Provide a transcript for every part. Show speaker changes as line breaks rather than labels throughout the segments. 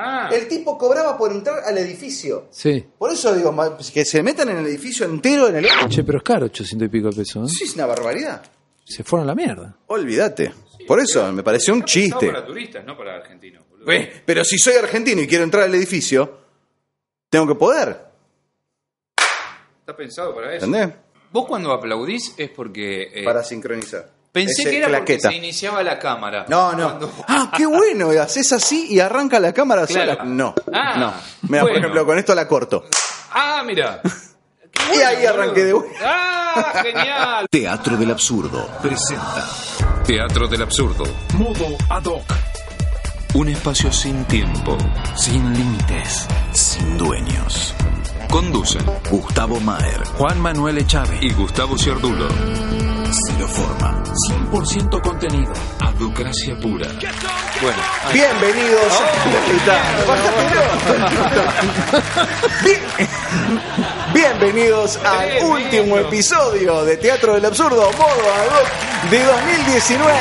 Ah,
El tipo cobraba por entrar al edificio.
Sí.
Por eso digo, ma- que se metan en el edificio entero en el.
Che, pero es caro 800 y pico de pesos. ¿eh?
Sí, es una barbaridad.
Se fueron a la mierda.
Olvídate. Por eso me pareció un
Está pensado
chiste.
para turistas, no para argentinos, boludo.
Ve, Pero si soy argentino y quiero entrar al edificio, tengo que poder.
Está pensado para eso.
¿Entendés?
Vos cuando aplaudís es porque... eh,
Para sincronizar.
Pensé
Ese
que era
claqueta.
porque se iniciaba la cámara.
No, no.
Cuando-
Ah, qué bueno. y Haces así y arranca la cámara
Claro.
sola. No.
Ah,
no. Mira, por
bueno.
ejemplo, con esto la corto.
Ah, mira.
Y ahí arranqué de vuelta.
Ah, genial.
Teatro del Absurdo presenta
Teatro del Absurdo.
Modo Ad hoc.
Un espacio sin tiempo.
Sin límites, sin dueños.
Conducen
Gustavo Maher,
Juan Manuel Echave y Gustavo Ciardulo.
Ciro Forma. 100% contenido.
Adocracia pura.
Bueno,
Bienvenidos
Oh.
a la mitad. Basta, pero- Bien- Bienvenidos al
Tremendo.
último episodio de Teatro del Absurdo, modo ad hoc de 2019.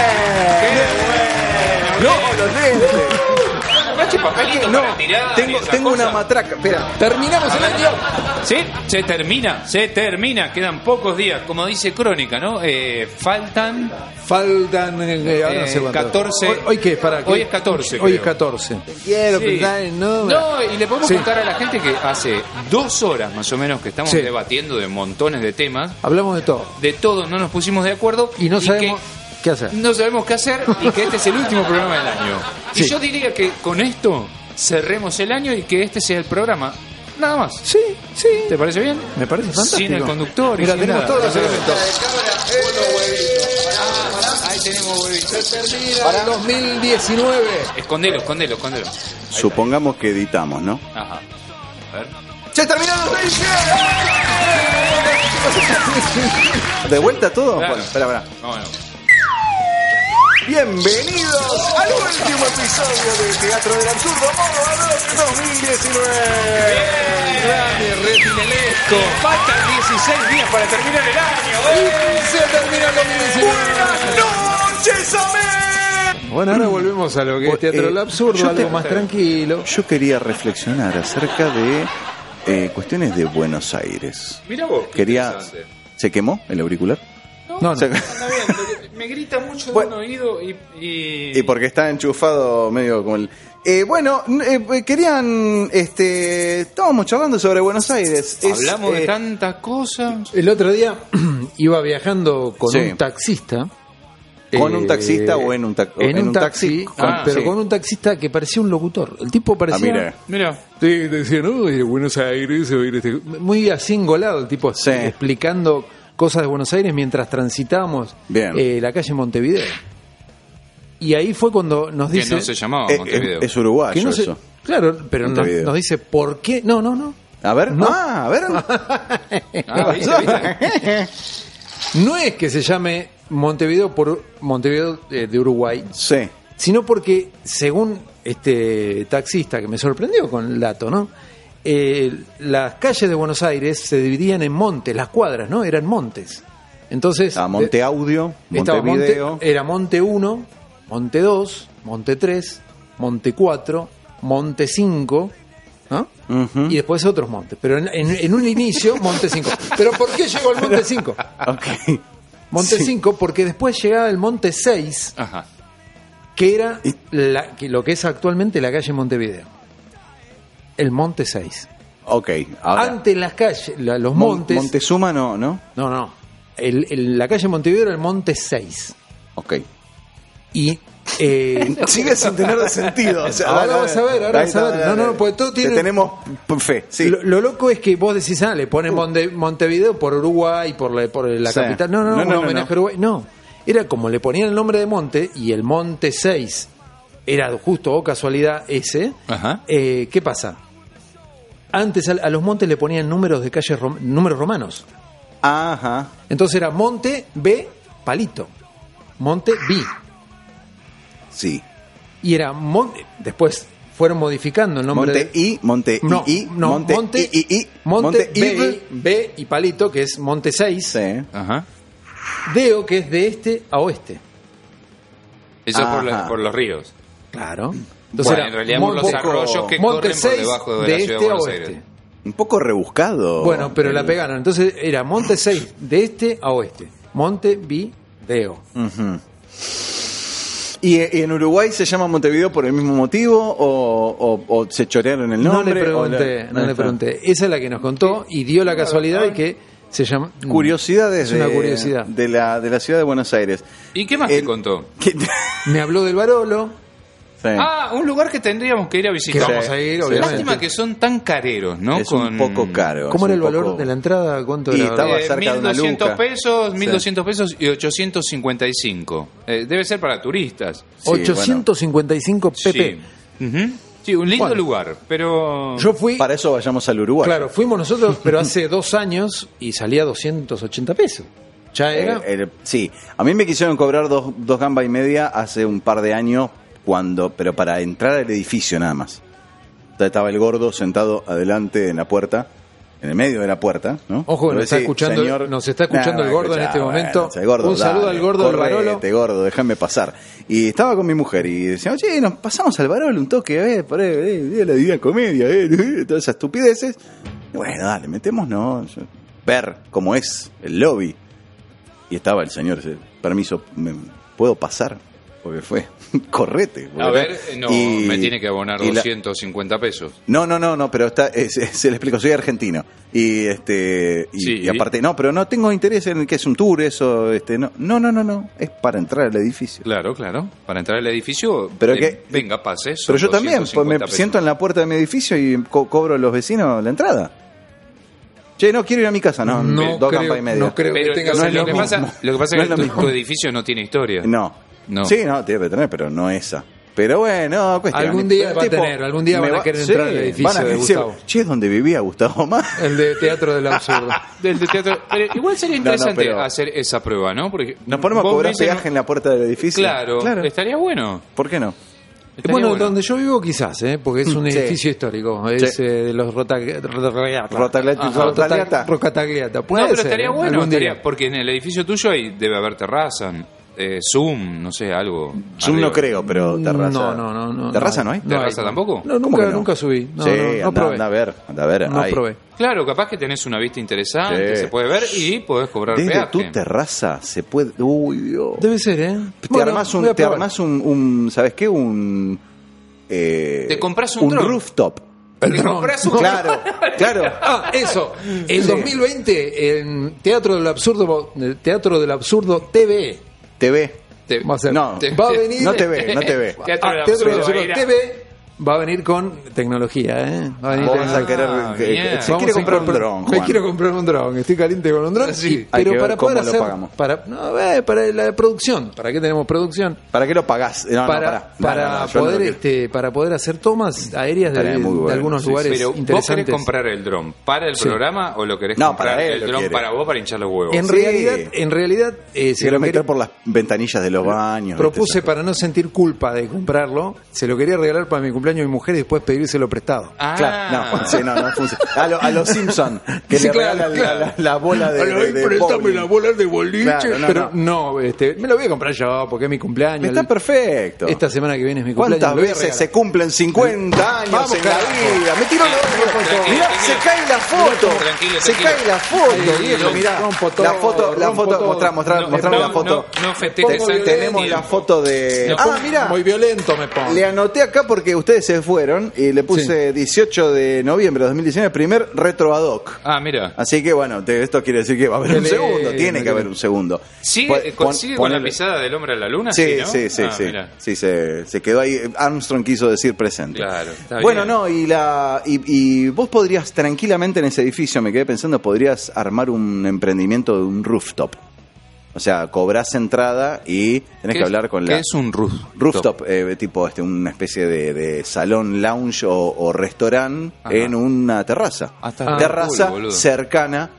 No, los lentes.
Pache, papelito
No,
para tirar y
tengo,
esas
tengo una
cosas.
matraca. Espera,
Terminamos el año.
Sí, se termina, se termina. Quedan pocos días, como dice Crónica, ¿no? Eh, faltan
Faltan eh, ahora no sé
Eh,
cuánto.
14.
Hoy, hoy qué es para
Hoy es 14,
Hoy es
creo.
14. Quiero
Sí.
pensar en
No, y le podemos
Sí.
contar a la gente que hace dos horas más o menos que estamos
Sí.
debatiendo de montones de temas.
Hablamos de todo
De todo no nos pusimos de acuerdo.
y no
que
sabemos qué hacer.
no sabemos qué hacer y que este es el último programa del año. Y
Sí.
yo diría que con esto cerremos el año y que este sea el programa. Nada más.
Sí, sí.
¿Te parece bien?
Me parece fantástico.
Sin el conductor. y
Mira,
sin
tenemos
nada.
todos los elementos.
Ahí tenemos huevitos.
Para 2019.
Escondelo, escondelo, escondelo.
supongamos que editamos, ¿no?
Ajá. A ver.
¡Se terminaron los lentes! ¿De vuelta todo?
Claro.
Bueno, espera, espera.
Bueno,
Bienvenidos al último episodio de Teatro del Absurdo Modo ad hoc 2019.
Grande, retinelesco. Faltan 16 días para terminar el año. ¿eh?
Se terminó el 2019.
¡Noches, amén!
Bueno, ahora volvemos a lo que es
Pues,
teatro
eh,
del
yo
absurdo,
te-
algo más tranquilo.
Yo quería reflexionar acerca de eh, cuestiones de Buenos Aires.
Mira vos. qué
Quería.
interesante.
¿Se quemó el auricular?
No,
Se-
no.
Está bien, porque me grita mucho de
Bueno.
un oído y. y-
Y porque está enchufado medio como el... Eh, bueno, n- eh, eh, querían... este Estábamos charlando sobre Buenos Aires. Es,
Hablamos
eh,
de tantas cosas.
El otro día iba viajando con
Sí.
un taxista.
¿Con un taxista o en un tac-
Eh, En, un, taxi,
con-
ah, pero
sí.
con un taxista que parecía un locutor. El tipo
Ah,
parecía...
mira.
Mira.
Sí, decía, no, de Buenos Aires, o ir a este- muy así engolado el tipo,
Sí.
explicando cosas de Buenos Aires mientras transitábamos
Bien.
eh, la calle Montevideo. Y ahí fue cuando nos
Que
dice...
no se llamaba
Eh, eh,
Montevideo.
es uruguayo
que no se-
eso.
Claro, pero nos,
Montevideo.
nos dice, ¿por qué? No, no, no.
A ver,
No.
ah, a ver.
Ah, ¿viste, viste?
No es que se llame Montevideo por Montevideo eh, de Uruguay,
sí,
sino porque según este taxista que me sorprendió con el dato, ¿no? Eh, las calles de Buenos Aires se dividían en montes, las cuadras, ¿no? Eran montes. Entonces,
a Ah, Monte Audio,
eh, estaba Monte-
Montevideo.
era Monte 1, Monte 2, Monte 3, Monte 4, Monte 5, ¿no?
Ujú.
Y después otros montes. Pero en, en- en un inicio, Monte 5. ¿Pero por qué llegó al Monte 5?
Ok.
Monte
Sí.
5 porque después llegaba el Monte 6,
Ajá.
que era
Y-
la- que lo que es actualmente la calle Montevideo. El Monte 6.
Ok, ahora.
Antes las calles, la- los
Mon-
montes...
Montezuma no, ¿no?
No, no. El- el- la calle Montevideo era el Monte 6.
Ok.
Y... eh,
Sigue sin tener sentido. o sea,
Ahora
dale,
vas
dale.
a ver, ahora
Dale,
vas a
dale,
ver.
dale,
No, no,
dale.
porque todo tiene-
Te tenemos p- fe, sí. Uh.
Lo, lo loco es que vos decís, ah, le ponen Monte- Montevideo por Uruguay, por la, por la
Sí.
capital. No, no,
No,
no,
no,
un
no,
homenaje
no.
a Uruguay. No, era como le ponían el nombre de Monte y el Monte 6 era justo o casualidad ese.
Ajá.
Eh, ¿Qué pasa? Antes al- a, los montes le ponían números de calles rom- números romanos.
Ajá.
Entonces era Monte B Palito. Monte B.
Sí.
Y era Monte. Después fueron modificando el nombre.
Monte
de-
I, Monte
No,
I,
no,
Monte I, I, I,
Monte,
Monte
B,
Ibe.
B y Palito, que es Monte 6.
Sí.
Ajá.
Deo, que es de este a oeste.
Eso por, la-
Ajá.
por los ríos.
Claro. Entonces
Bueno,
era
en realidad por
Mon-
los
Monte-
arroyos que
Monte
corren por
6
debajo de,
de
la ciudad de
este a
Buenos
oeste.
Aires.
Un poco rebuscado.
Bueno, pero la
El-
pegaron. Entonces era Monte 6 de este a oeste. Monte B, Deo.
Ujú. ¿Y, y en Uruguay se llama Montevideo por el mismo motivo? ¿O, o- o se chorearon el
No
nombre?
le
o
pregunté,
la-
no
ahí
le
está.
pregunté. Esa es la que nos contó y dio la casualidad de que se llama... mm,
Curiosidades
Es una
de,
curiosidad.
De, la, de la ciudad de Buenos Aires.
¿Y qué más
El-
te contó?
Que-
Me habló del Barolo.
Sí.
Ah, un lugar que tendríamos que ir a visitar.
Que vamos a ir, obviamente.
Lástima que son tan careros, ¿no?
es un poco caro.
¿Cómo
es
era el
un
valor
poco-
de la entrada? ¿Cuánto
Y
era?
estaba-
Eh,
cerca de una
1200
luca.
pesos,
Sí.
1200 pesos y 855. Eh, debe ser para turistas.
Sí, bueno.
855 pp.
Sí. Ujú. Sí, un lindo
Bueno.
lugar, pero
Yo fui...
Para eso vayamos al Uruguay.
Claro, fuimos nosotros, pero hace dos años y salía 280 pesos. Ya era...
El- el- Eh, sí, a mí me quisieron cobrar dos, dos gambas y media hace un par de años, cuando, pero para entrar al edificio nada más. Entonces Estaba el gordo sentado adelante en la puerta, en el medio de la puerta, ¿no?
Ojo, que nos
Yo
está
decía,
escuchando- nos está escuchando el gordo en este momento.
escuchá, gordo,
Un saludo al gordo del Barolo.
correte, gordo, déjame pasar. Y estaba con mi mujer y decía, oye, nos pasamos al Barolo un toque, a ver, por ahí, eh, la divina comedia, eh, eh", todas esas estupideces. Y bueno, dale, metémonos. Ver cómo es el lobby. Y estaba el señor, ese, permiso, ¿me ¿puedo pasar? Porque fue correte.
a
porque-
ver, eh, no,
y-
me tiene que abonar
y la-
250 pesos.
no, no, no, no, pero está, es- es- se le explico, soy argentino. Y este y,
Sí.
y aparte, no, pero no tengo interés en que es un tour, eso, este, no, no, no, no, no. Es para entrar al edificio.
Claro, claro. Para entrar al edificio,
Pero
eh,
que-
venga, pase eso.
pero yo también, pues, me siento en la puerta de mi edificio y co- cobro a los vecinos la entrada. Che, no quiero ir a mi casa, no, dos
creo,
gambas y media.
no creo
Pero
que tenga
o sea,
no es
lo,
lo
que
mismo.
pasa, lo que pasa es
No
que
es lo
tu,
mismo.
tu edificio no tiene historia.
No.
No.
Sí, no, tiene que tener, pero no esa. Pero bueno, cuestión.
Algún día va a tener, algún día van a querer entrar al edificio de Gustavo. Eh,
Che, es donde vivía Gustavo Más.
El de Teatro del Absurdo.
Del, del teatro. Pero igual sería
No, no,
interesante
pero-
hacer esa prueba, ¿no? Porque
Nos ponemos a
vos
cobrar
me dicen-
peaje en la puerta del edificio.
Claro,
Este-
estaría bueno.
¿Por qué no?
Estaría
bueno,
bueno.
donde yo vivo quizás, ¿eh? porque es un
Sí.
edificio histórico, es
Sí.
eh, de los rota, rota-
Rotaglia-
Ajá.
Rotaglia-
Rocatagliata. Puede
No, pero
ser,
estaría
¿eh?
bueno,
Algún día.
estaría- porque en el edificio tuyo ahí debe haber terraza, eh, Zoom, no sé, algo.
Zoom
arriba.
no creo, pero terraza.
No, no, no, no.
¿Terraza no hay?
No
¿Terraza tampoco?
No,
¿Cómo
nunca,
que no?
nunca subí. No,
sí,
no, no
anda,
probé.
anda a ver, anda a ver.
No
ahí.
probé.
Claro, capaz que tenés una vista interesante,
Sí.
se puede ver y podés cobrar
Desde
peaje.
tu terraza se puede. Uy, Dios.
Debe ser, ¿eh?
Te
Bueno,
armás
voy
un,
a
te
probar.
armás un, un- ¿sabes qué? Un. eh,
Te compras un dron.
rooftop.
Te comprás un-
Claro, claro.
Ah, eso. El 2020 en Teatro del Absurdo, Teatro del Absurdo TV.
Te ve.
Te-
Va a ser.
No,
te-
va a venir.
No te ve, no te ve.
Teatro
Ah,
del
Teatro del
Absurdo,
Absurdo
era.
TV va a venir con tecnología, ¿eh? Va a venir
Vos
con-
vas a querer.
Ah,
eh,
bien.
se
Vamos
quiere
a
comprar un
incorporar-
dron.
Me
Juan.
quiero comprar un dron. Estoy caliente con un dron.
Sí.
y-
Hay
que
pero
ver
para
cómo
poder
lo
hacer.
pagamos.
Para, no, eh, para la producción. ¿Para qué tenemos producción?
¿Para qué lo pagás? No, no,
para,
pará. No,
para
no, no, yo no
poder
lo quiero.
este para poder hacer tomas aéreas de,
Estaría muy
de
bueno,
algunos
sí,
lugares
Pero vos querés
interesantes.
comprar el dron para el
Sí.
programa o lo querés
No,
comprar
para él
el
lo
dron
quiere.
para vos para hinchar los huevos.
en
Sí.
realidad, en realidad eh,
Se lo meter
quería-
por las ventanillas de los baños.
propuse
¿viste?
para no sentir culpa de comprarlo, se lo quería regalar para mi cumpleaños a mi mujer y después pedírselo prestado.
Ah,
Claro, no, sí, no, no funciona. A, lo- a los Simpson que
Sí,
le
claro,
regalan
claro.
La, la- la bola de, de, de bowling.
bola de boliche.
Claro, no,
pero
no.
no, este, me lo voy a comprar yo porque es mi cumpleaños.
Está perfecto.
Esta semana que viene es mi cumpleaños.
¿Cuántas
lo voy a
veces se
regalar.
cumplen 50 años
Vamos,
en la
carajo.
vida? Me tiro la
Tranquilo,
Mirá, se
tranquilo.
cae la foto.
Tranquilo, tranquilo,
Se
tranquilo.
cae la foto,
Ay,
viejo.
Dios,
Mirá,
rompo todo,
la foto, la
rompo
foto,
todo.
mostrá, mostrá,
No,
mostrá
no,
la foto.
no, no festejes
Te-
antes
Tenemos
del
la
tiempo.
foto de...
Me
Ah,
pongo
mirá.
Muy violento me pongo.
Le anoté acá porque ustedes se fueron y le puse 18 de noviembre de 2019, primer retro ad hoc.
Ah, mira.
Así que bueno, te- esto quiere decir que va a haber
Qué
un segundo,
lindo,
tiene que
qué
haber
lindo.
un segundo.
¿Sigue,
Pon-
sigue con la
ponele-
pisada del hombre a la luna?
Sí,
¿no?
sí, sí,
Ah,
sí.
mirá.
Sí, se, se quedó ahí. Armstrong quiso decir presente.
Claro, está
Bueno,
bien.
no, y, la, y, y vos podrías tranquilamente en ese edificio, me quedé pensando, podrías armar un emprendimiento de un rooftop. O sea, cobras entrada y tenés
¿Qué
que
es-
hablar con la...
¿Qué es un roof-
Rooftop, eh, tipo este, una especie de, de salón lounge o, o restaurante
Ajá.
en una terraza.
Ah, está re
terraza
cool, boludo.
cercana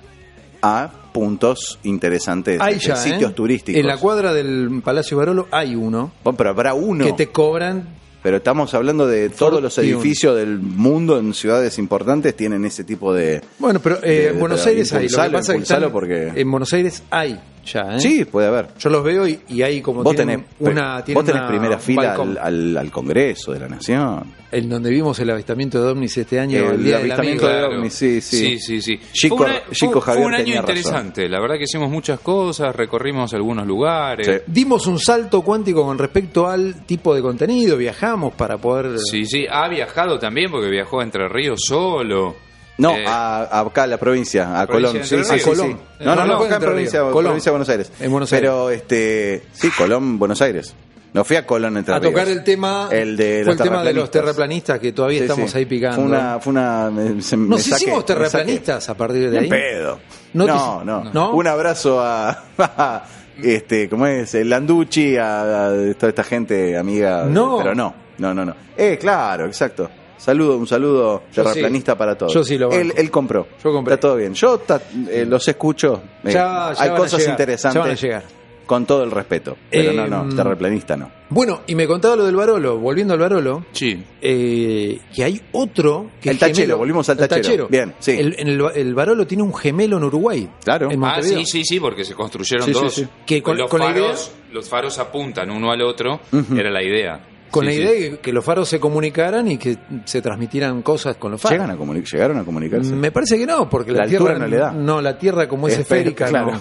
a puntos interesantes,
Hay
de
ya, ¿eh?
sitios turísticos.
En la cuadra del Palacio Barolo hay uno
Bueno, pero habrá uno.
que te cobran
Pero estamos hablando de todos los
Fortune.
edificios del mundo en ciudades importantes tienen ese tipo de...
Bueno, pero eh,
de-
en Buenos
de-
Aires hay. Lo que
impulsalo,
pasa es que
impulsalo
están-
porque...
En Buenos Aires hay ya, ¿eh?
Sí, puede haber.
Yo los veo y, y hay como
Vos tenés,
tienen una, tienen
vos tenés
una-
primera
un
fila
balcón.
al, al- al Congreso de la Nación.
en donde vimos el avistamiento de ovnis este año,
El
el, día del
avistamiento
amigo.
de ovnis. sí, sí.
Sí, sí, sí.
Chico-
fue, una-
Chico
fue- fue
Javier
un año
tenía razón.
interesante. La verdad que hicimos muchas cosas, recorrimos algunos lugares.
Sí.
Dimos un salto cuántico con respecto al tipo de contenido, viajamos para poder eh,
Sí, sí, ha viajado también porque viajó a Entre Ríos solo.
No,
Eh,
a, a acá, a la provincia, a
Provincia
Colón.
de
Sí,
Entre
sí, sí,
Ríos.
sí.
A Colón.
No, no,
No,
no,
no,
acá en
Entre
provincia,
Ríos. Colón.
provincia de Buenos Aires.
En Buenos
Pero, este, sí, Colón, Buenos Aires. No fui a Colón, Entre
a
Ríos.
tocar el tema,
El de
fue
los
el tema de los terraplanistas que todavía
Sí,
estamos
sí.
ahí picando.
Fue una... Fue una me- se- me
Nos
saqué,
hicimos
me saqué.
terraplanistas a partir de
Ni
ahí.
en pedo.
No
No,
te-
no,
¿No?
Un abrazo a... a este, ¿cómo es? El Landucci, a, a toda esta gente amiga.
No.
Pero no, no, no, no. Eh, claro, exacto. Saludo, un saludo
Yo
terraplanista
sí.
para todos.
Yo sí lo banco.
Él, él compró.
Yo compré.
Está todo bien. Yo ta- eh, los escucho. Eh,
Ya- ya
hay
van a
cosas
llegar,
interesantes.
ya van a llegar.
Con todo el respeto. Pero
Eh,
no, no, terraplanista no.
Bueno, y me contaba lo del Barolo, volviendo al Barolo,
Sí.
eh, que hay otro que
El
es
tachero,
gemelo-
volvimos al
el
tachero. Bien, sí.
El, en el, el Barolo tiene un gemelo en Uruguay.
Claro.
En
Ah,
Montevideo.
sí, sí, sí, porque se construyeron
Sí, sí,
dos. Pues
sí.
Que con-
los,
con la
faros, los faros apuntan uno al otro, era la idea.
Con
Sí,
la
sí.
idea de que los faros se comunicaran y que se transmitieran cosas con los faros.
Llegan a comuni- llegaron a comunicarse.
Me parece que no, porque la,
La
Tierra
altura no le da.
No, la Tierra como es,
Es pe-
esférica,
claro.
no.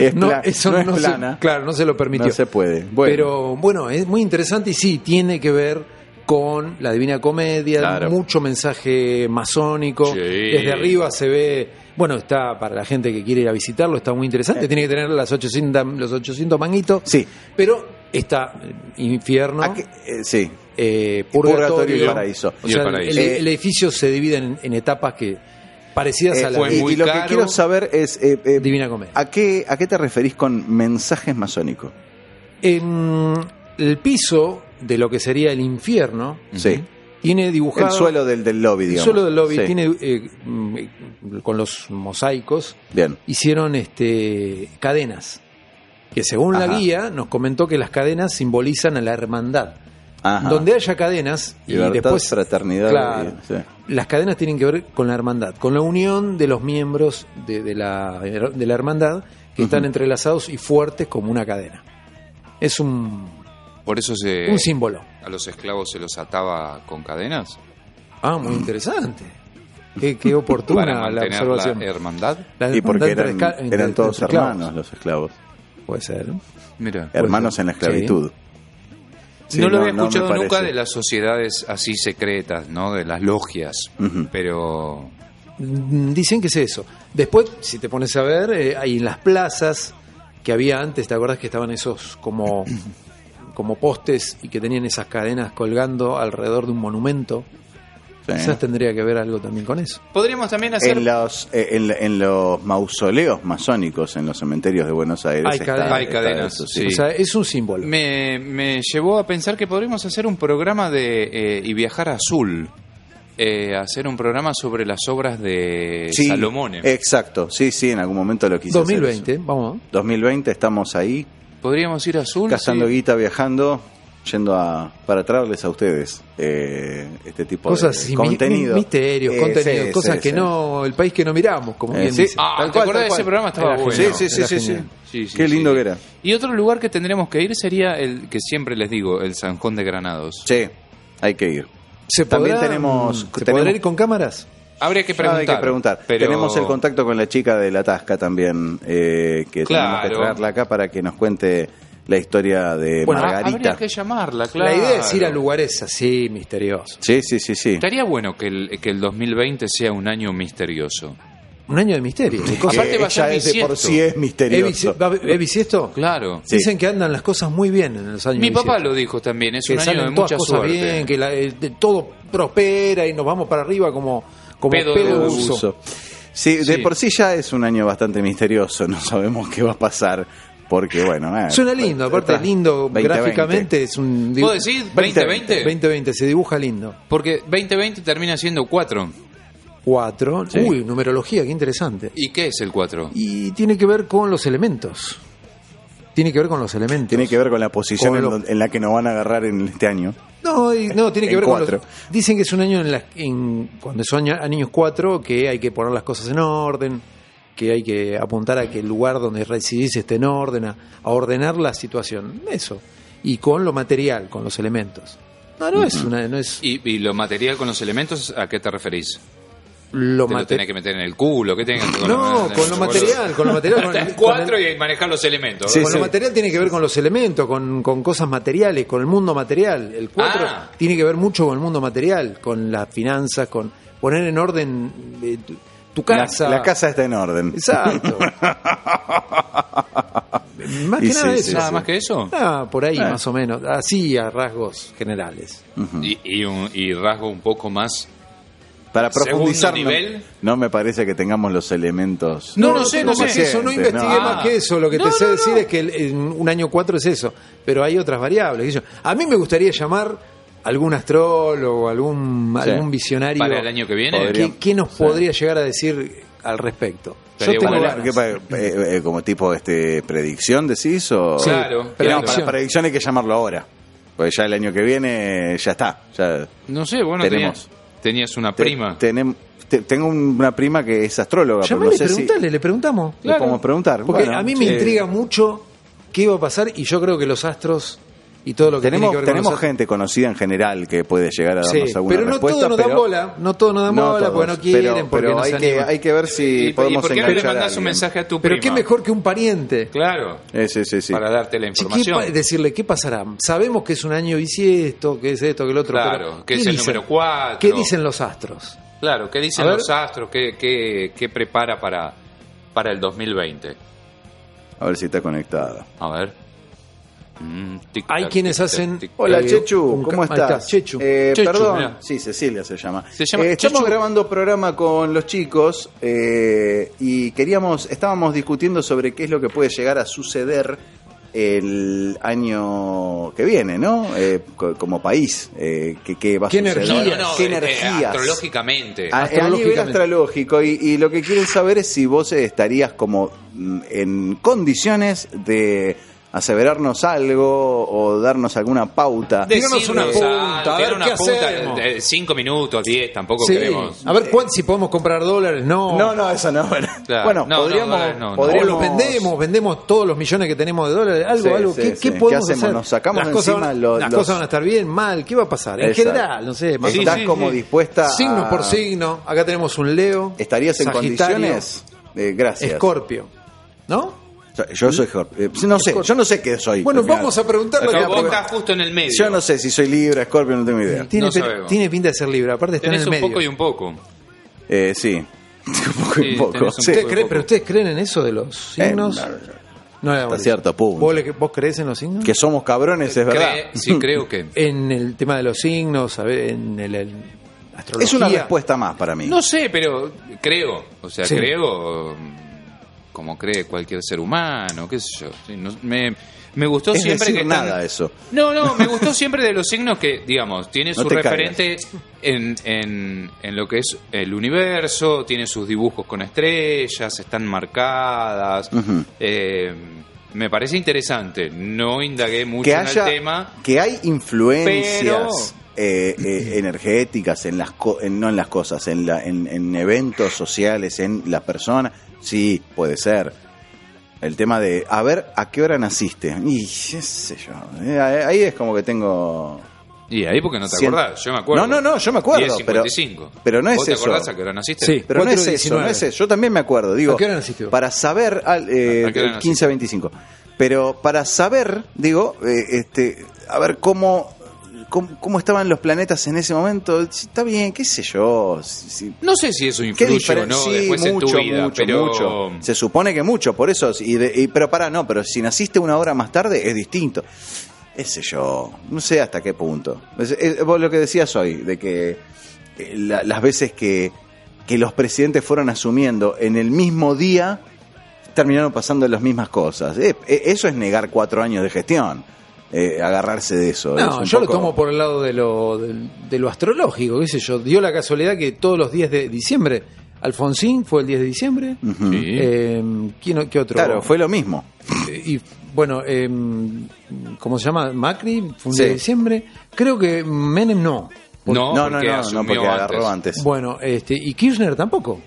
Es
No,
pla-
eso
no
no,
es
se-
plana.
claro, no se lo permitió.
No se puede. Bueno.
Pero bueno, es muy interesante y sí, tiene que ver con la Divina Comedia,
Claro.
mucho mensaje masónico.
Sí.
Desde arriba se ve, bueno, está para la gente que quiere ir a visitarlo, está muy interesante, tiene que tener las 800, los 800 manguitos.
Eh. Sí.
Pero está eh, infierno,
¿A qué- eh, sí.
eh,
Purgatorio
purgatorio,
y paraíso.
O
Y el
sea,
paraíso.
El, el edificio se divide en, en etapas que parecidas
Eh,
a la
fue
y,
muy
y lo que
caro.
quiero saber es eh, eh,
Divina Comedia.
¿a qué a qué te referís con mensajes masónicos?
Em, el piso de lo que sería el infierno
Sí.
tiene dibujado
El suelo del, del lobby,
el
digamos.
suelo del lobby
Sí.
tiene eh, mm, con los mosaicos
Bien.
hicieron este cadenas que según la
Ajá.
guía nos comentó que las cadenas simbolizan a la hermandad
Ajá.
donde haya cadenas y
Libertad,
después
fraternidad.
Claro.
y- sí.
las cadenas tienen que ver con la hermandad, con la unión de los miembros de, de la, de la hermandad que están entrelazados y fuertes como una cadena. Es un,
Por eso
Eh,
se.
un símbolo.
A los esclavos se los ataba con cadenas.
Ah, muy interesante. Qué, qué oportuna la
mantener
observación.
la hermandad.
La
Y porque
hermandad
eran,
entre esca- entre-
eran todos
entre esclavos.
hermanos los esclavos.
Puede ser.
Mira.
Hermanos en la esclavitud. Sí,
no lo había
me
escuchado
parece.
nunca de las sociedades así secretas, ¿no? De las logias.
Ujú.
Pero
Mm, Dicen que es eso. Después, si te pones a ver, eh, hay en las plazas que había antes, ¿te acordás que estaban esos como, como postes y que tenían esas cadenas colgando alrededor de un monumento?
Sí.
Quizás tendría que ver algo también con eso.
podríamos también hacer
En los, eh, en, en los mausoleos masónicos, en los cementerios de Buenos Aires,
Hay cadenas.
Hay cadenas,
eso,
Sí.
O sea, es un símbolo.
Me, me llevó a pensar que podríamos hacer un programa de eh, y viajar a azul. Eh, hacer un programa sobre las obras de
Sí, eh,
Salomone.
Exacto, sí, sí, en algún momento lo quise hacer eso.
2020, vamos.
2020 estamos ahí,
Podríamos ir a azul.
gastando
sí.
guita, viajando, yendo a para traerles a ustedes eh, este tipo
Cosas
de
sin
contenido.
misterios,
Eh,
contenidos,
sí,
cosas
sí,
que
sí.
no, el país que no miramos, como
Eh,
bien
sí.
dice.
Ah,
Tal
¿te
cual,
acordás
tal
de ese
cual.
programa? Estaba
Era
bueno.
Sí, sí, sí,
era
sí, sí.
genial.
Sí, sí,
Qué
sí.
lindo que era.
Y otro lugar que tendremos que ir sería el que siempre les digo, el Sanjón de Granados.
Sí, hay que ir.
¿Se
También
podrá-
tenemos-
¿se
tenemos-
podrá ir con cámaras?
Habría que preguntar.
hay que preguntar.
pero-
Tenemos el contacto con la chica de la Tasca también, eh, que tenemos que
Claro.
traerla acá para que nos cuente la historia de
Bueno, ha-
Margarita.
habría que llamarla, claro.
La idea es ir a lugares así misteriosos.
Sí, sí, sí, sí.
Estaría bueno que el, que el 2020 sea un año misterioso.
Un año de misterio. de cosas.
Aparte va a
ella
ser
es de por
bisiesto.
sí es
¿Es
misterioso.
bisie- va- ¿Es bisiesto?
Claro.
Sí.
Dicen que andan las cosas muy bien en los años
Mi papá
bisiestos.
lo dijo también, es
Que
un año
salen
de
todas
mucha
cosas
suerte.
bien, que la- eh, de- todo prospera y nos vamos para arriba como, como
Pedo de
pedo de
buzo.
buzo.
Sí, de
Sí.
por sí ya es un año bastante misterioso, no sabemos qué va a pasar, porque bueno... eh,
Suena lindo, aparte
está-
lindo
2020.
gráficamente. Es un
¿Vos decís 2020?
2020, se dibuja lindo.
Porque 2020 termina siendo 4.
4.
Sí.
Uy, numerología, qué interesante.
¿Y qué es el 4?
Y tiene que ver con los elementos. Tiene que ver con los elementos.
Tiene que ver con la posición
Con
en,
lo-
donde- en la que nos van a agarrar en este año.
No, y- no, tiene que
En
ver
cuatro.
con los... Dicen que es un año en, las en cuando son a niños cuatro que hay que poner las cosas en orden, que hay que apuntar a que el lugar donde residís esté en orden, a, a ordenar la situación. Eso. Y con lo material, con los elementos. No, no es una... No es
Y, y lo material con los elementos, ¿a qué te referís?
lo
¿Te lo
mate-
tenés que meter en el culo? ¿Qué tenés que hacer
No,
los-
con lo material, con lo material. con- con el-
Cuatro y manejar los elementos.
Sí,
con
sí.
lo material tiene que ver con los elementos, con, con cosas materiales, con el mundo material. El 4
Ah.
tiene que ver mucho con el mundo material, con las finanzas, con poner en orden eh, tu, tu casa.
La, la casa está en orden.
Exacto. más que
Y sí,
nada
sí,
eso.
Nada más que eso.
Ah, por ahí, más o menos. Así, a rasgos generales.
Y, y, un- y rasgo un poco más.
Para
Segundo
profundizar, no,
nivel.
no me parece que tengamos los elementos.
No, no sé, no sé.
suficientes,
Eso no investigué
Ah,
más que eso. Lo que te sé decir es que el- en un año 4 es eso. Pero hay otras variables. qué sé yo. A mí me gustaría llamar a algún astrólogo, algún,
Sí.
algún visionario.
Para el año que viene.
¿Qué, qué nos podría llegar a decir al respecto?
Estaría
yo tengo
bueno.
ganas.
¿Qué pa- eh, eh, como tipo este predicción decís o
Sí,
Claro,
Pero
predicción.
no, para predicción hay que llamarlo ahora porque ya el año que viene ya está ya
No sé, bueno,
Tenemos.
tenías, tenías una
te-
prima.
tenem- te- tengo una prima que es astróloga pero
Llamale,
no sé si
preguntale, le preguntamos.
le podemos preguntar
Porque
Bueno,
a mí me
sí.
intriga mucho qué iba a pasar y yo creo que los astros y todo lo que
tenemos
tiene que ver con
tenemos
los astros-
gente conocida en general que puede llegar a
Sí,
darnos alguna
pero no
respuesta
todos nos dan
pero-
bola, no todos nos dan
No
bola porque
todos,
no quieren,
pero,
porque
pero
no
hay
se
que
animan.
hay que ver si
¿Y,
podemos
y por qué no le
enganchar a
mandás un
alguien.
mensaje a tu
Pero
prima?
qué mejor que un pariente.
Claro,
Eh, sí, sí, sí.
para darte la
Sí, ¿qué
información.
pa- decirle qué pasará. Sabemos que es un año bisiesto, que es esto, que el otro.
Claro,
pero
que es
¿qué
el
dicen?
número cuatro.
¿Qué dicen los astros?
Claro, ¿qué dicen
A ver.
los astros? ¿Qué, qué, qué prepara para, para el 2020?
A ver si está conectada.
A ver. Mm, tic,
Hay
tac,
quienes
tic, tac,
hacen-
tic,
Hola
Eh,
Chechu,
un
¿cómo
ca- ahí
estás?
está, Chechu.
Eh,
Chechu,
perdón,
mirá.
sí, Cecilia se llama.
Se llama
Eh, estamos
Chechu.
grabando programa con los chicos eh, y queríamos, estábamos discutiendo sobre qué es lo que puede llegar a suceder el año que viene, ¿no? Eh, co- como país, eh, qué, qué va a
¿Qué
suceder.
No,
energías?
no, no,
¿Qué
eh,
energías?
eh, astrológicamente.
Ah, A, a nivel
Astrológicamente.
astrológico, y, y lo que quieren saber es si vos estarías como mm, en condiciones de aseverarnos algo o darnos alguna pauta.
Decirnos una
eh,
punta,
a ver
Ah, una
qué
punta,
hacemos.
eh, cinco minutos, diez, tampoco
Sí.
queremos.
A ver, ¿cuán- si podemos comprar dólares? No.
No, no, eso no. Bueno,
Claro.
Bueno,
No, no,
podríamos.
dólares no, no.
O
podríamos
los vendemos, vendemos todos los millones que tenemos de dólares, algo,
Sí,
algo.
sí,
¿Qué,
sí.
qué
¿Qué
podemos
hacemos?
hacer?
Nos sacamos
las
de
cosas,
encima
van,
los-
las
los-
cosas van a estar bien, mal, ¿qué va a pasar? En
Exacto.
general, no sé, más o
¿Estás
menos.
como dispuesta a-
Signo por signo, acá tenemos un Leo.
¿Estarías en
Sagitario,
condiciones? Eh, gracias.
Escorpio, ¿no?
O sea, Yo soy Scorpio. Eh, No sé,
Scorpio.
yo no sé qué soy.
Bueno,
al final.
vamos a preguntarle
Pero
a
vos
Capri-
estás justo en el medio.
Yo no sé si soy Libra, Scorpio, no tengo idea.
Tiene,
No
pe-
sabemos.
tiene pinta de ser libre, aparte está
Tenés
en el
un
medio.
poco y un poco.
Eh, sí. Un poco y
Sí,
un poco.
tenés un
Sí.
¿Ustedes
poco.
creen- ¿Pero ustedes creen en eso de los
Eh,
signos? no,
Hasta cierto punto.
¿Vos, le- vos creés en los signos?
Que somos cabrones, es verdad.
Cree- sí, creo que.
En el tema de los signos, a ver, en el, el- astrología.
Es una respuesta más para mí.
No sé, pero creo. O sea,
Sí.
creo mm, como cree cualquier ser humano, qué sé yo. Sí, no- me, me gustó
Es
siempre
decir,
que están-
nada eso.
No, no, me gustó siempre de los signos que, digamos, tiene
No
su
te
referente en, en, en lo que es el universo, tiene sus dibujos con estrellas, están marcadas.
Ujú.
Eh, me parece interesante. No indagué mucho
que
en
haya
el tema.
que hay influencias eh, eh, energéticas en las co- en- no en las cosas en la en, en eventos sociales en la persona sí puede ser el tema de a ver a qué hora naciste y qué sé yo eh, ahí es como que tengo
Y ahí porque no te
Cien-
acordás, yo me acuerdo.
No, no, no, yo me acuerdo, pero-
10:55.
pero no es
¿Vos te
eso.
acordás a qué hora naciste?
Sí.
pero no es
4.19.
eso no es eso yo también me acuerdo digo
¿A qué hora naciste vos?
para saber al, eh,
¿A qué hora naciste?
15 25 pero para saber digo eh, este a ver cómo Cómo, cómo estaban los planetas en ese momento? Si Está bien, qué sé yo. si- si-
No sé si eso
¿Qué
influye o
diferencia?
no después en tu vida,
mucho,
pero
mucho. Se supone que mucho, por eso. Y de- y- pero para, no, pero si naciste una hora más tarde es distinto. Qué sé yo, no sé hasta qué punto. Es- es- vos lo que decías hoy, de que eh, la- las veces que que los presidentes fueron asumiendo en el mismo día, terminaron pasando las mismas cosas. Eh, eh, eso es negar cuatro años de gestión, eh, agarrarse de eso. Es
No,
un
yo lo
poco-
tomo por el lado de lo, de, de lo astrológico, qué sé yo. Dio la casualidad que todos los 10 de diciembre, Alfonsín fue el 10 de diciembre.
Ujú.
Sí.
Eh, ¿quién- ¿Qué otro?
Mm. Claro, fue lo mismo.
Y bueno, eh, ¿cómo se llama? Macri fue un 10 de
Sí.
diciembre. Creo que Menem no.
No,
No, no,
porque
no, no,
asumió
porque agarró
antes.
antes.
Bueno, este y Kirchner tampoco.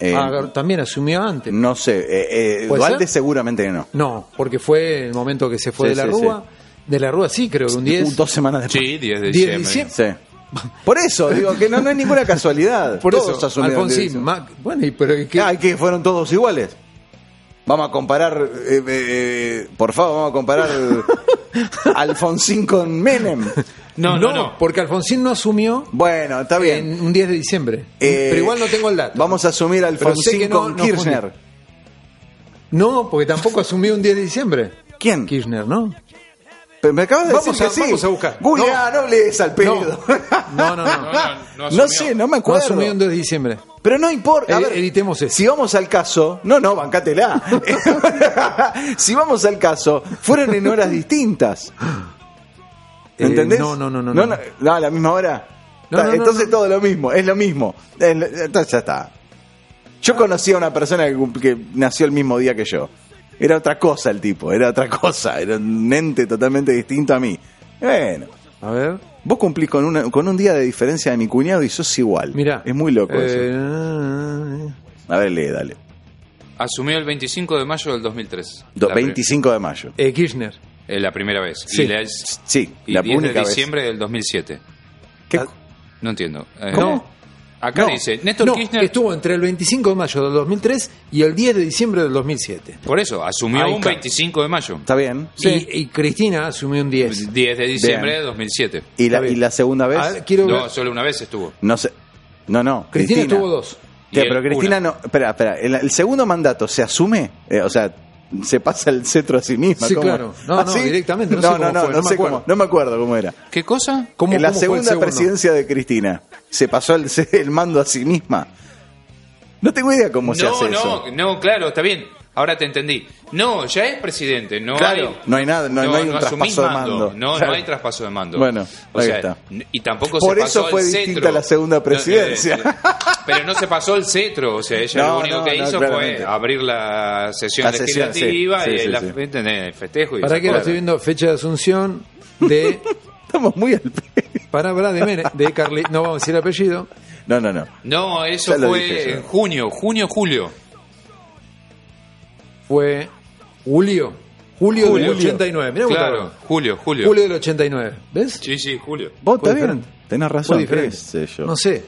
Eh,
Ah, también asumió antes.
no sé, eh, eh,
¿Puede
Dualde
ser?
seguramente que no.
No, porque fue el momento que se fue
Sí,
de la
sí, sí.
Rúa. De la Rúa sí, creo que un 10.
Uh, Dos semanas después.
Sí, 10 de diciembre.
10 diciembre.
Sí. Por eso, digo, que no, no es ninguna casualidad.
Por
Todos
eso,
asumieron
Alfonsín,
eso.
Mac- bueno, y pero ¿qué?
Ah, que fueron todos iguales. Vamos a comparar, eh, eh, eh, por favor, vamos a comparar Alfonsín con Menem.
No, no, no.
porque Alfonsín no asumió
Bueno, está bien.
en un 10 de diciembre.
Eh,
pero igual no tengo el dato.
Vamos a asumir
sé que
Alfonsín
no-
con
no
Kirchner.
funde. No, porque tampoco asumió un 10 de diciembre.
¿Quién?
Kirchner, ¿no?
Pero me acabas de
Vamos
decir
a-
que sí.
vamos a buscar.
Julia, no, lees al pedo.
No, no, no. No,
Ah, No,
no, no
sé, no me acuerdo.
asumió un 10 de diciembre.
Pero no importa. A
Edi-
ver,
editemos E-, eso.
Si vamos al caso, no, no, bancátela. si vamos al caso, fueron en horas distintas.
Eh,
¿Entendés?
no, no, no, no, no.
no, a la misma hora.
No,
Ta-
no, no,
Entonces
no.
todo lo mismo, es lo mismo. Es lo- Entonces ya está. Yo
Ah.
conocí a una persona que, cum- que nació el mismo día que yo. Era otra cosa el tipo, era otra cosa, era un ente totalmente distinto a mí. Bueno,
A ver.
vos cumplís con, una- con un día de diferencia de mi cuñado y sos igual.
Mirá.
Es muy loco eso.
Eh,
A ver, lee, dale.
Asumió el 25 de mayo del 2003.
Do-
La pri-
25 de mayo.
eh, Kirchner.
eh, la primera vez.
Sí.
Y, la,
Sí,
y
la
10 de
única vez.
diciembre del 2007.
¿Qué?
No entiendo. Eh,
¿Cómo?
Acá
No.
dice, Néstor
no,
Kirchner...
estuvo entre el 25 de mayo del 2003 y el 10 de diciembre del 2007.
Por eso, asumió
Ahí
un
está.
25 de mayo.
Está bien.
Y, y Cristina asumió un 10.
10 de diciembre
Bien.
de 2007.
¿Y la,
Está
y
bien.
la segunda vez?
A ver, quiero ver-
No, solo una vez estuvo.
No sé. No, no.
Cristina, tuvo dos.
Tía,
Y él,
pero Cristina
una.
no. Espera, espera. El, el segundo mandato se asume. Eh, o sea, se pasa el cetro a sí misma.
Sí,
¿cómo?
claro. No,
¿Ah,
no,
sí?
directamente, no sé
No, no,
cómo
no.
fue,
No
no me
sé cómo.
acuerdo.
No me acuerdo cómo era.
¿Qué cosa?
¿Cómo-
en la
cómo fue el
segunda
segundo?
presidencia de Cristina se pasó el, el mando a sí misma. No tengo idea cómo se
no,
hace
no,
eso.
no, claro, está bien. Ahora te entendí. No, ya es presidente. No
Claro,
hay,
no hay nada, no- no hay un
asumís
traspaso de mando.
No,
Claro.
no hay traspaso de mando.
Bueno,
O
ahí
sea,
está.
n- Y tampoco
Por
se
eso
pasó
fue
el
distinta
cetro.
la segunda
No, eh,
presidencia.
eh, pero no se pasó el cetro. O sea, ella
No,
lo único
no,
que
no,
hizo
claramente.
fue abrir la sesión
La sesión, sí,
legislativa
sí,
y
sí,
la-
sí.
¿entendés? el festejo. Y
¿Para
esas
qué ahora
cosas.
estoy viendo fecha de asunción de.
Estamos muy al pe-
Para, para, de Mene, de Carli. No vamos a decir apellido.
No, no, no.
No, eso
Ya lo
fue
dije yo.
en junio, junio, julio.
Fue Julio. Julio,
Julio.
del 89. Mirá cómo
Claro,
está.
julio, julio.
Julio del 89. ¿Ves?
Sí, sí, julio.
Vos está
Fue
bien.
diferente.
Tenés
Fue
razón.
diferente.
qué sé yo.
No sé.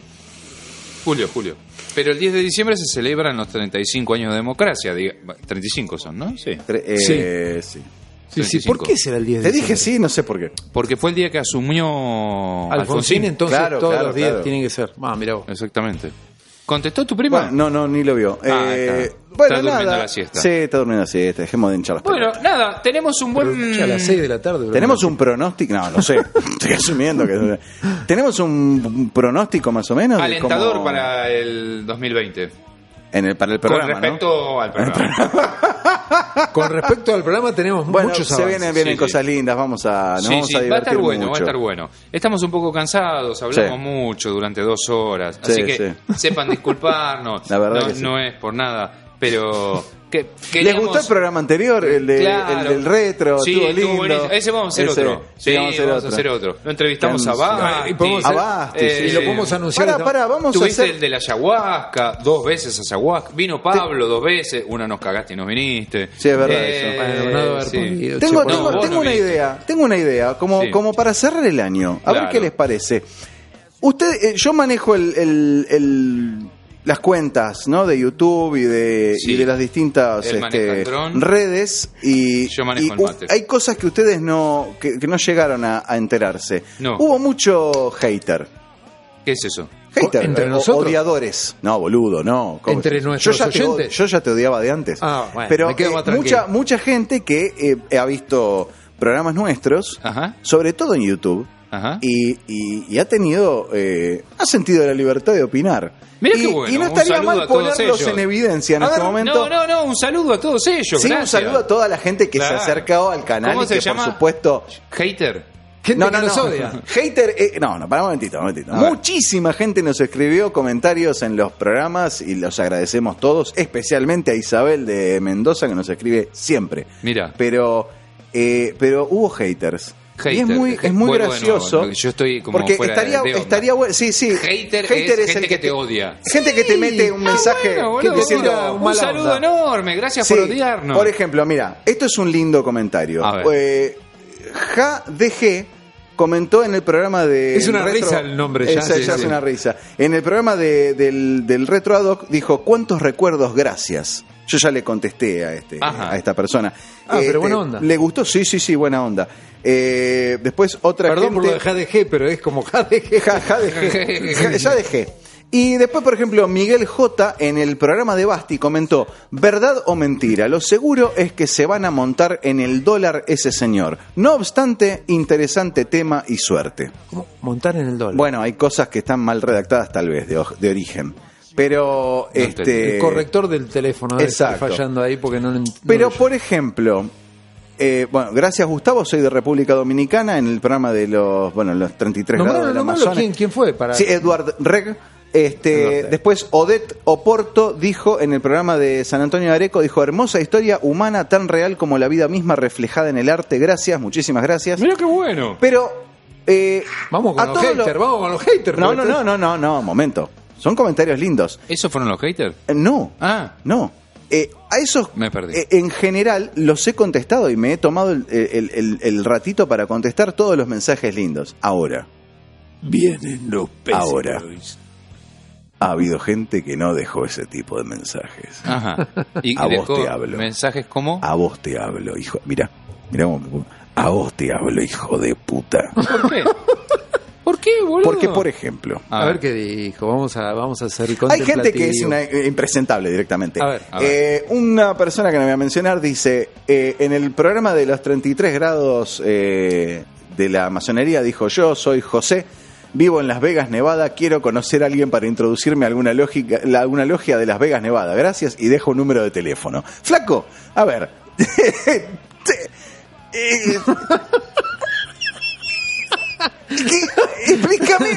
Julio, Julio. Pero el 10 de diciembre se celebran los 35 años de democracia. diga- 35 son, ¿no? Sí.
Tre- eh, sí.
Sí, sí. ¿Por
35.
qué será el 10 de
Te dije
diciembre?
sí, no sé por qué.
Porque fue el día que asumió
Alfonsín,
Alfonsín.
entonces
Claro,
todos
claro,
los días
claro.
tienen que ser. Ah, mirá vos.
Exactamente. ¿Contestó tu prima?
Bueno, no, no, ni lo vio.
Ah,
Eh,
está.
Bueno,
Está durmiendo
nada.
la siesta.
Sí, está durmiendo la siesta. Dejemos de hinchar las
Bueno,
pelotas.
nada, tenemos un
Pero
buen...
ya a las 6 de la tarde. bro.
Tenemos un pronóstico. No, no sé. Estoy asumiendo que. Tenemos un pronóstico más o menos. de
Alentador
cómo-
para el 2020.
En el, para el programa.
Con
¿no?
respecto al programa.
Con respecto al programa tenemos
Bueno,
muchos
se
avances.
vienen, vienen
Sí,
cosas lindas. Vamos a. Nos
Sí,
vamos
sí,
a
va a
divertir
estar bueno,
mucho.
va a estar bueno. Estamos un poco cansados, hablamos
Sí.
mucho durante dos horas,
Sí,
así que
sí.
sepan disculparnos.
La verdad
no,
que sí.
no es por nada, pero que
¿Les
queríamos-
gustó el programa anterior? El, de,
Claro.
el del retro.
Sí,
estuvo
estuvo
lindo.
buenísimo. Ese vamos a hacer
Ese,
otro.
Sí, vamos a hacer otro.
Lo entrevistamos a
Vamos-
Basti. Eh,
Y podemos
hacer- Abasti, sí.
Y lo podemos anunciar.
Pará, pará, vamos a
Tuviste
hacer.
el de la ayahuasca, dos veces ayahuasca. Vino Pablo dos veces, una nos cagaste y no viniste. Eh,
Sí, es verdad
eso. Bueno, no debe haber podido.
Tengo,
Che,
por
tengo,
favor.
tengo
No,
una
viste.
idea, tengo una idea, como,
Sí.
como para cerrar el año, a ver
Claro.
qué les parece. Usted, eh, yo manejo el, el- el- las cuentas ¿no? de YouTube y de,
Sí.
y de las distintas
Él maneja
este,
el dron.
redes y,
Yo manejo
y
el mate.
hay cosas que ustedes no, que, que no llegaron a, a enterarse.
No.
Hubo mucho hater.
¿Qué es eso?
Hater, eh,
¿Entre
o-
nosotros?
odiadores. No, boludo, no. ¿Cómo?
¿Entre nuestros
yo ya te od-
oyentes?
yo ya te odiaba de antes.
Ah, bueno,
Pero
me quedo
eh,
más tranquilo.
mucha, mucha gente que eh, ha visto programas nuestros,
Ajá.
sobre todo en YouTube,
Ajá.
y, y- y ha tenido, eh, ha sentido la libertad de opinar.
Mirá
y,
qué bueno,
y no
un
estaría
saludo
mal
a todos
ponerlos
ellos.
en evidencia en
A
este
ver, No,
momento.
no, no, un saludo a todos ellos.
Sí, un
gracias.
saludo a toda la gente que
Claro.
se ha acercado al canal
¿Cómo
y
se
que
llama?
por supuesto
Hater.
Gente que nos odia.
Hater, eh, no, no, para un momentito, un momentito.
A ver.
Muchísima gente nos escribió comentarios en los programas y los agradecemos todos, especialmente a Isabel de Mendoza que nos escribe siempre.
Mira.
Pero, eh, pero hubo haters. Y es
Hater,
muy,
hate-
es muy
vuelvo de
gracioso.
nuevo, yo estoy como
porque
fuera
estaría,
de onda.
estaría bueno. Sí, sí.
Hater, es, gente que te, odia.
Gente que te mete un mensaje
Ah, Bueno,
que
boludo,
te siento-
mira, un
mala
saludo
onda.
enorme. Gracias
Sí,
por odiarnos.
Por ejemplo, mira, esto es un lindo comentario.
A ver.
Eh, Ja DG comentó en el programa de.
Es una
el
risa el nombre, ya,
Es,
sí,
ya es
sí.
una risa. En el programa de- del, del Retro Ad Hoc dijo: ¿Cuántos recuerdos? Gracias. Yo ya le contesté a, este,
Ajá.
a esta persona. Este,
Ah, pero buena onda.
¿Le gustó? Sí, sí, sí, buena onda. Eh, después otra
Perdón por
gente-
lo de JDG, pero es como JDG.
Ja, ja, dejé. Ja, ya dejé. Y después, por ejemplo, Miguel J. en el programa de Basti comentó, verdad o mentira, lo seguro es que se van a montar en el dólar ese señor. No obstante, interesante tema y suerte.
¿Cómo? Montar en el dólar.
Bueno, hay cosas que están mal redactadas tal vez, de, oj- de origen. Pero, este...
el corrector del teléfono debe estar
exacto.
fallando ahí porque no lo ent- no
Pero,
lo-
por ejemplo, eh, bueno, gracias Gustavo, soy de República Dominicana en el programa de los, bueno, los 33
Nombralo,
grados de la
nombralo,
Amazonas.
¿quién- quién fue para-
Sí, eh, Edward Reg. Este,
Edward Reg.
Después Odette Oporto dijo en el programa de San Antonio de Areco, dijo, hermosa historia humana tan real como la vida misma reflejada en el arte. Gracias, muchísimas gracias.
Mirá qué bueno.
Pero... eh,
Vamos con
a
los
todo lo-
haters, vamos con los haters.
No,
porque
no,
esto-
no, no, no, no, momento. Son comentarios lindos.
¿Esos fueron los haters?
Eh, No.
Ah.
No. Eh, a esos,
Me perdí.
eh, en general, los he contestado y me he tomado el, el- el- el ratito para contestar todos los mensajes lindos. Ahora,
Vienen los peces.
Ahora. ha habido gente que no dejó ese tipo de mensajes.
Ajá. Y
A vos
dejó
te hablo.
mensajes como...
A vos te hablo, hijo. Mira, mira, a vos te hablo, hijo de puta.
¿Por qué? ¿Por qué, boludo?
Porque, por ejemplo,
A
A,
ver.
ver qué dijo, vamos a, vamos a hacer
Hay gente que es
contemplativo.
una- eh, impresentable directamente.
A ver,
a ver.
Eh, una persona que no voy a mencionar dice, eh, en el programa de los 33 grados eh, de la masonería, dijo yo, soy José, vivo en Las Vegas, Nevada, quiero conocer a alguien para introducirme a alguna, lógica, la- alguna logia de Las Vegas, Nevada. Gracias y dejo un número de teléfono. Flaco, a ver. te- eh, ¿Qué? Explícame.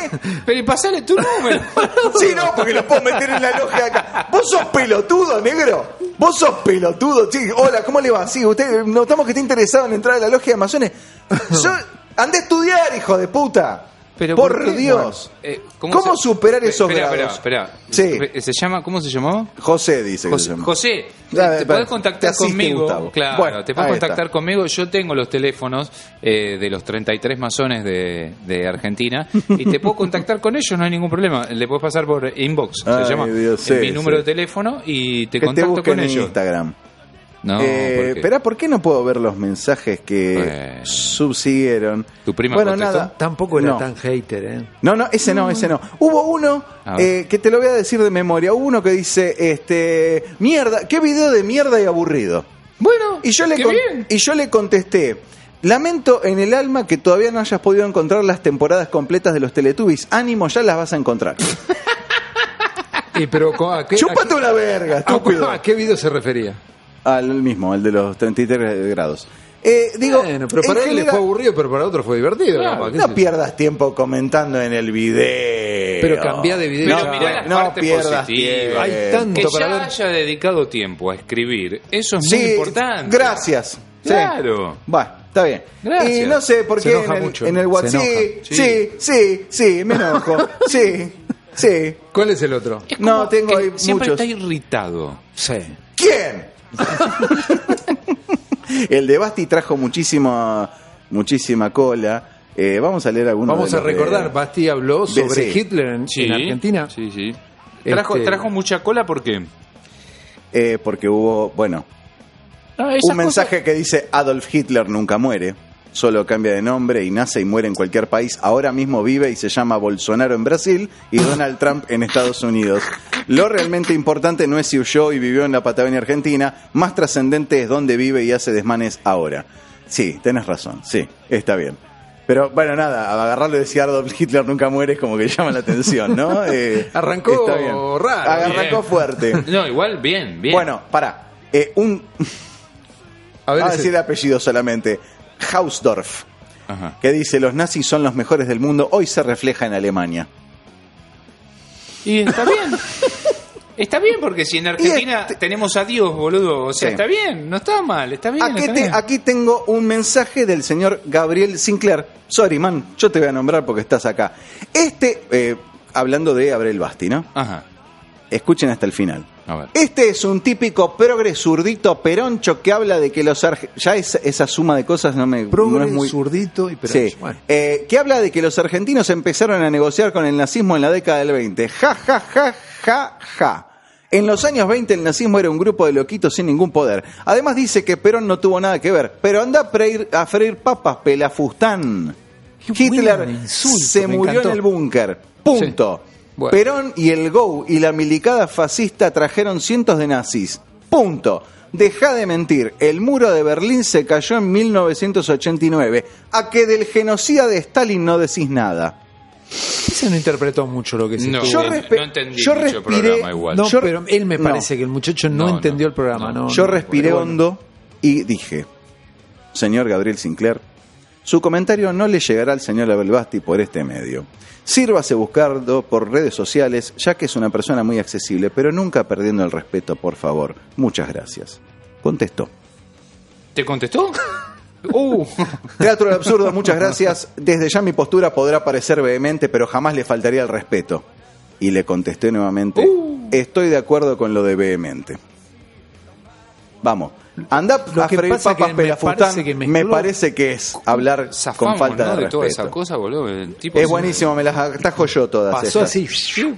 Pero y pasale tu número.
Sí, no, porque lo puedo meter en la logia de acá. Vos sos pelotudo, negro. Vos sos pelotudo, sí. Hola, ¿cómo le va? Sí, usted notamos que está interesado en entrar a la logia de masones. Yo andé a estudiar, hijo de puta.
Pero
por,
¿por qué?
Dios.
Eh,
¿Cómo superar
Pe-
esos
esperá,
grados?
Esperá,
Sí.
esperá. ¿Se llama, ¿Cómo se llamaba?
José dice que se
Eh, José,
llama.
José,
Ya,
te
espera,
podés
te
contactar
asiste,
conmigo.
Gustavo.
Claro,
Bueno,
te podés
ahí está.
contactar conmigo. Yo tengo los teléfonos eh, de los 33 masones de, de Argentina y te puedo contactar con ellos, no hay ningún problema. Le puedes pasar por inbox,
Ay,
se llama.
Dios,
en
sí,
mi número
sí.
de teléfono y te
que te
contacto
busquen
con
en
ellos.
Instagram.
No,
Eh,
porque-
Esperá, ¿por qué no puedo ver los mensajes que
Bueno.
subsiguieron?
¿Tu prima
bueno,
contestó?
nada.
Tampoco era
No.
tan hater, ¿eh?
No, no, ese no, ese no. Hubo uno
A ver.
eh, que te lo voy a decir de memoria. Hubo uno que dice, este, mierda, qué video de mierda y aburrido.
Bueno,
Y yo le,
qué
con-
bien.
y yo le contesté, lamento en el alma que todavía no hayas podido encontrar las temporadas completas de los Teletubbies. Ánimo, ya las vas a encontrar.
Eh, pero co- ¿a qué, Ah, a
Chúpate una verga,
qué- a cu-
estúpido.
a qué video se refería?
Al mismo, el de los 33 grados. Eh, digo,
bueno, pero para
en
él le
general-
fue aburrido, pero para otro fue divertido. capaz, qué sé
No
yo.
pierdas tiempo comentando en el video.
Pero cambiá de video.
No,
Pero mirá la
no
parte
pierdas
positiva.
tiempo.
Hay tanto
Que
para
ya
ver.
haya dedicado tiempo a escribir, eso es muy
Sí,
importante.
Gracias. Sí.
Claro.
Va, está bien.
Gracias.
Y no sé por
Se
qué en
enoja
el,
mucho.
en el
Se
WhatsApp. Sí,
enoja.
sí, sí, sí, me enojo. sí, sí.
¿Cuál es el otro?
Es
No,
como que
tengo ahí
Siempre
muchos.
está irritado.
Sí.
¿Quién? el de Basti trajo muchísima, muchísima cola. Eh, vamos a leer algunos.
Vamos
de
a
los de-
recordar, Basti habló
Ve-
sobre
sí.
Hitler en, en Argentina.
Sí, sí.
Este-
Trajo, trajo mucha cola porque.
Eh, porque hubo, bueno, un mensaje que dice Adolf Hitler nunca muere, solo cambia de nombre y nace y muere en cualquier país. Ahora mismo vive y se llama Bolsonaro en Brasil y Donald Trump en Estados Unidos. Lo realmente importante no es si huyó y vivió en la Patagonia Argentina, más trascendente es dónde vive y hace desmanes ahora. Sí, tenés razón, sí, está bien. Pero bueno, nada, a agarrarlo y decir Adolf Hitler nunca muere es como que llama la atención, ¿no? Eh,
Arrancó
está bien.
raro.
Arrancó
Bien.
fuerte.
No, igual, bien, bien.
Bueno, pará. Eh, un,
A ver,
vamos a
ese-
decir apellido solamente. Hausdorff,
Ajá.
que dice, los nazis son los mejores del mundo, hoy se refleja en Alemania.
Y está bien. Está bien porque si en Argentina tenemos a Dios, boludo. O sea,
este- Sí.
está bien, no está mal, está bien.
Aquí,
está
te-
bien.
aquí tengo un mensaje del señor Gabriel Sinclair. Sorry, man, yo te voy a nombrar porque estás acá. Este, eh, hablando de Abrel Basti, ¿no?
Ajá,
Escuchen hasta el final.
a ver.
Este es un típico progre zurdito peroncho que habla de que los arge- ya esa, esa suma de cosas no me
Progre,
no es muy
zurdito y pero
Sí.
bueno.
Eh, que habla de que los argentinos empezaron a negociar con el nazismo en la década del 20. Ja, ja, ja, ja, ja. En los años 20 el nazismo era un grupo de loquitos sin ningún poder. Además dice que Perón no tuvo nada que ver. Pero anda a freír, a freír papas, pelafustán.
Qué
Hitler
buen insulto,
se
me
murió en
encantó.
el búnker. Punto.
Sí. Bueno.
Perón y el GO y la milicada fascista trajeron cientos de nazis. Punto. Deja de mentir. El muro de Berlín se cayó en 1989. A que del genocida de Stalin no decís nada.
Ese no interpretó mucho lo que se
No,
estuvo-
Yo
no
respe-
entendí
yo
mucho el
respiré-
programa igual.
No,
yo-
pero él me
no.
parece que el muchacho no,
No, no,
entendió el programa.
no.
No,
Yo
no,
respiré
pero bueno.
hondo y dije, señor Gabriel Sinclair, su comentario no le llegará al señor Abel Basti por este medio. Sírvase buscando por redes sociales, ya que es una persona muy accesible, pero nunca perdiendo el respeto, por favor. Muchas gracias. Contestó.
¿Te contestó? Uh,
Teatro del Absurdo, muchas gracias. Desde ya mi postura podrá parecer vehemente, pero jamás le faltaría el respeto. Y le contesté nuevamente,
Uh.
estoy de acuerdo con lo de vehemente. Vamos, anda
Lo
a
que
freír
pasa
papas
que me
pelafustán,
parece que
me,
mezcló-
parece que es hablar
zafamos,
con falta
¿no?
de,
de, toda esa
respeto.
cosa, boludo. El tipo
Es
se-
buenísimo, me las atajo yo todas
Pasó
estas.
así.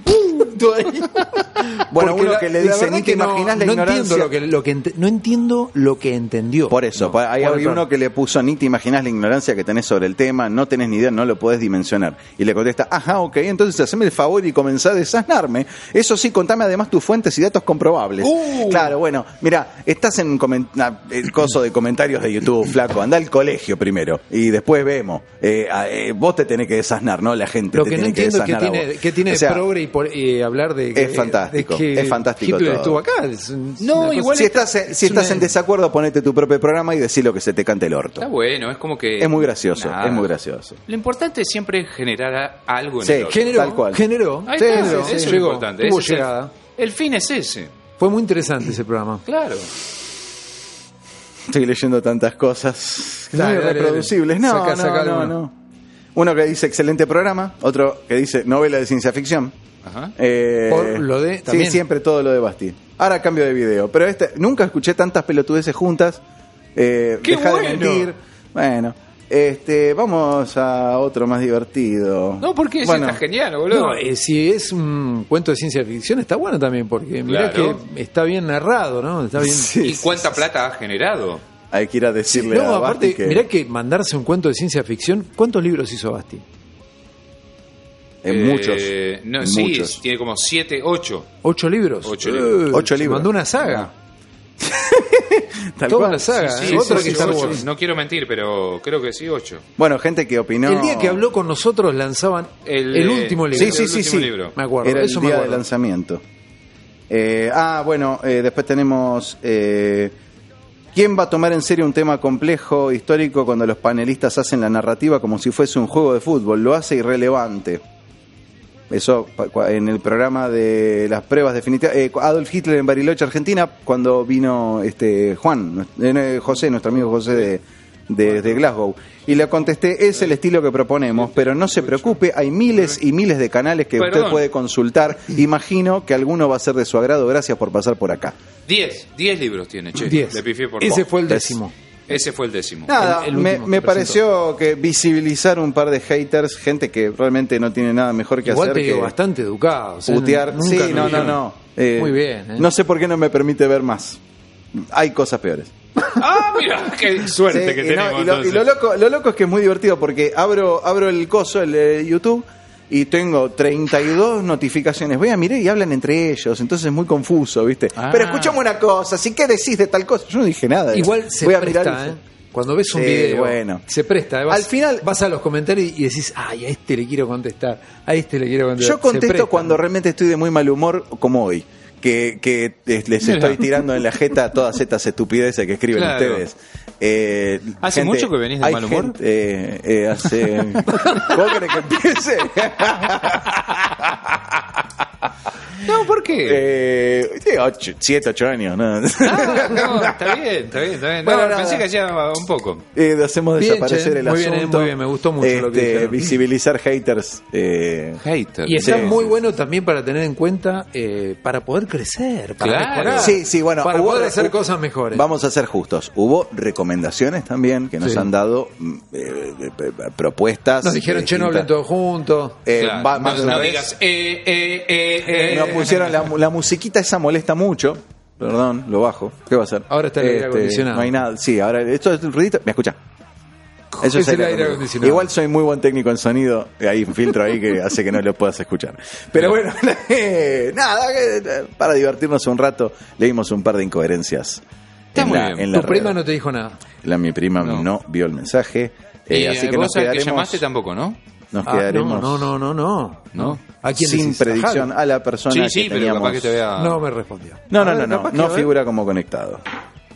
Bueno,
Porque
uno
la-
que le
la
dice,
verdad
ni te
que no-
imaginas la
no
ignorancia.
Entiendo lo que, lo que ent- no entiendo lo que entendió.
Por eso,
No,
pa- ahí
por
había
el
uno que le puso, ni te imaginas la ignorancia que tenés sobre el tema, no tenés ni idea, no lo podés dimensionar. Y le contesta, ajá, ok, entonces haceme el favor y comenzá a desasnarme. Eso sí, contame además tus fuentes y datos comprobables.
Uh.
Claro, bueno, mira, estás en comen- na- el coso de comentarios de YouTube, flaco, anda al colegio primero y después vemos. Eh, a- eh, vos te tenés que desasnar, ¿no? La gente
Lo
te
que no
tiene
entiendo es que
desasnar a
tiene,
vos.
que tiene
O sea,
progre y, por- y hablar de que,
es fantástico,
de que
es fantástico
Hitler
todo.
estuvo acá. es un- es una
No,
cosa-
igual
si estás, en- si
es
estás
una-
en desacuerdo, ponete tu propio programa y decí lo que se te cante el orto.
Está bueno, es como que...
Es muy gracioso,
Nada.
es muy gracioso.
Lo importante es siempre generar a- algo en
Sí,
el otro.
gen-
generó,
Tal cual.
generó,
Ahí
sí,
está,
generó,
eso es lo
llegó,
importante.
tuvo
ese es el-
llegada.
el fin es ese,
Fue muy interesante ese programa.
claro.
Estoy leyendo tantas cosas
Dale,
muy
dale, dale.
reproducibles. No,
Saca,
no,
saca
no,
alguno.
no. Uno que dice excelente programa, otro que dice novela de ciencia ficción.
Ajá.
Eh,
Por lo de-
sí,
también.
siempre todo lo de Basti. Ahora cambio de video, pero este nunca escuché tantas pelotudeces juntas. Eh,
¡Qué
deja
bueno!
de mentir. Bueno, este, vamos a otro más divertido.
No, porque ese
Bueno,
está genial, boludo.
No, eh, si es un cuento de ciencia ficción está bueno también porque mirá
Claro.
que está bien narrado, ¿no? Está bien.
sí,
¿Y cuánta plata ha generado?
hay que ir a decirle
No,
a Basti
aparte,
que
mirá que mandarse un cuento de ciencia ficción, ¿cuántos libros hizo Basti?
en
Eh,
muchos,
No,
en
sí,
muchos.
tiene como 7, 8.
¿Ocho libros?
Ocho libros.
Eh,
Ocho
se
libros.
Mandó una saga.
Tal
toda
cual.
la saga.
Sí,
¿eh?
sí,
Otro
sí,
que Star
ocho.
Wars.
No quiero mentir, pero creo que sí, 8.
Bueno, gente que opinó.
El día que habló con nosotros lanzaban el,
El,
último
eh,
libro.
Sí, sí,
el
sí,
último
sí.
libro.
Me acuerdo.
Era
eso
el
me
día de
acuerdo.
lanzamiento. Eh, ah, bueno, eh, después tenemos... eh, ¿Quién va a tomar en serio un tema complejo, histórico, cuando los panelistas hacen la narrativa como si fuese un juego de fútbol? Lo hace irrelevante. Eso pa- cua- en el programa de las pruebas definitivas. eh, Adolf Hitler en Bariloche, Argentina, cuando vino este Juan, nues- eh, José, nuestro amigo José de, de- de Glasgow. Y le contesté, es el estilo que proponemos, pero no se preocupe, hay miles y miles de canales que usted
Perdón.
puede consultar. Imagino que alguno va a ser de su agrado. Gracias por pasar por acá.
10, 10 libros tiene, che.
Diez.
Le pifié por
Ese
poco.
fue el décimo.
Ese fue el décimo.
Nada,
El- el
me,
último
me
que
pareció que visibilizar un par de haters, gente que realmente no tiene nada mejor que
Igual
hacer
te digo,
que
bastante educado. o sea,
putear.
nunca
Sí,
nos
no, no,
dijeron.
no. Eh,
Muy bien, ¿eh?
No sé por qué no me permite ver más. Hay cosas peores.
¡Ah, mira! ¡Qué suerte
Sí,
que
y, no,
tenemos!
y lo, y
entonces.
lo loco, lo loco es que es muy divertido porque abro, abro el coso, el eh, YouTube, y tengo 32 notificaciones. Voy a mirar y hablan entre ellos, entonces es muy confuso, ¿viste?
Ah.
Pero escuchame una cosa, si qué decís de tal cosa? Yo no dije nada.
Igual se
Voy a
presta,
mirar y
¿eh?
dice,
Cuando ves un
Sí,
video,
bueno.
se presta. ¿eh? vas-
Al final-
vas a los comentarios y, y decís, ay, a este le quiero contestar, a este le quiero contestar.
Yo
Se
contesto
presta.
cuando realmente estoy de muy mal humor, como hoy. Que, que les les estoy tirando en la jeta todas estas estupideces que escriben
Claro.
ustedes. Eh,
¿Hace mucho que venís de
hay
mal humor?
gente- eh, eh, hace. ¿Vos querés que empiece?
No, ¿por qué?
Eh, sí, ocho- siete, ocho años, ¿no?
Ah, no, está bien, está bien, está bien. No,
Bueno,
pensé
nada.
que hacía un poco.
Eh, hacemos
Bien,
desaparecer
che,
el
muy bien,
asunto.
eh, muy bien, me gustó mucho lo que
Este,
dijeron.
Visibilizar haters. eh,
Hater.
Y está
Sí,
muy
sí,
bueno también para tener en cuenta, eh, para poder crecer, para
Claro.
mejorar,
Sí, sí, bueno.
para
hubo-
poder hacer
hu-
cosas mejores.
Vamos a ser justos. Hubo recomendaciones también que nos
Sí.
han dado mm, eh, eh, eh, propuestas.
Nos dijeron, che, no
distintas".
hablen todos juntos.
Eh,
Claro,
va- más
no,
de una
no
vez.
digas, eh, eh, eh, eh.
Nos pusieron la, la musiquita esa molesta mucho. Perdón, lo bajo. ¿Qué va a hacer? Este,
Ahora está el aire acondicionado.
No hay nada. Sí, ahora esto es un ruidito. Me escucha. Eso
Es el aire
acondicionado.
acondicionado.
Igual soy muy buen técnico en sonido. Hay un filtro ahí que hace que no lo puedas escuchar. Pero bueno, eh, nada, eh, eh, para divertirnos un rato, leímos un par de incoherencias.
Está
en
muy
la,
bien.
en la
Tu prima
red.
no te dijo nada.
La, mi prima no.
No.
vio el mensaje. Eh,
Y,
así
eh,
que
vos
nos
al que
quedaremos,
llamaste tampoco, ¿no?
nos
Ah,
quedaremos
no, no, no, no, no.
No.
¿A quién
sin
decís?
predicción a la persona
Sí,
que
sí, pero
teníamos.
capaz que te vea.
Ajá. No me respondió.
No,
A
no, no,
ver,
no,
capaz que
no
va a-
figura como conectado.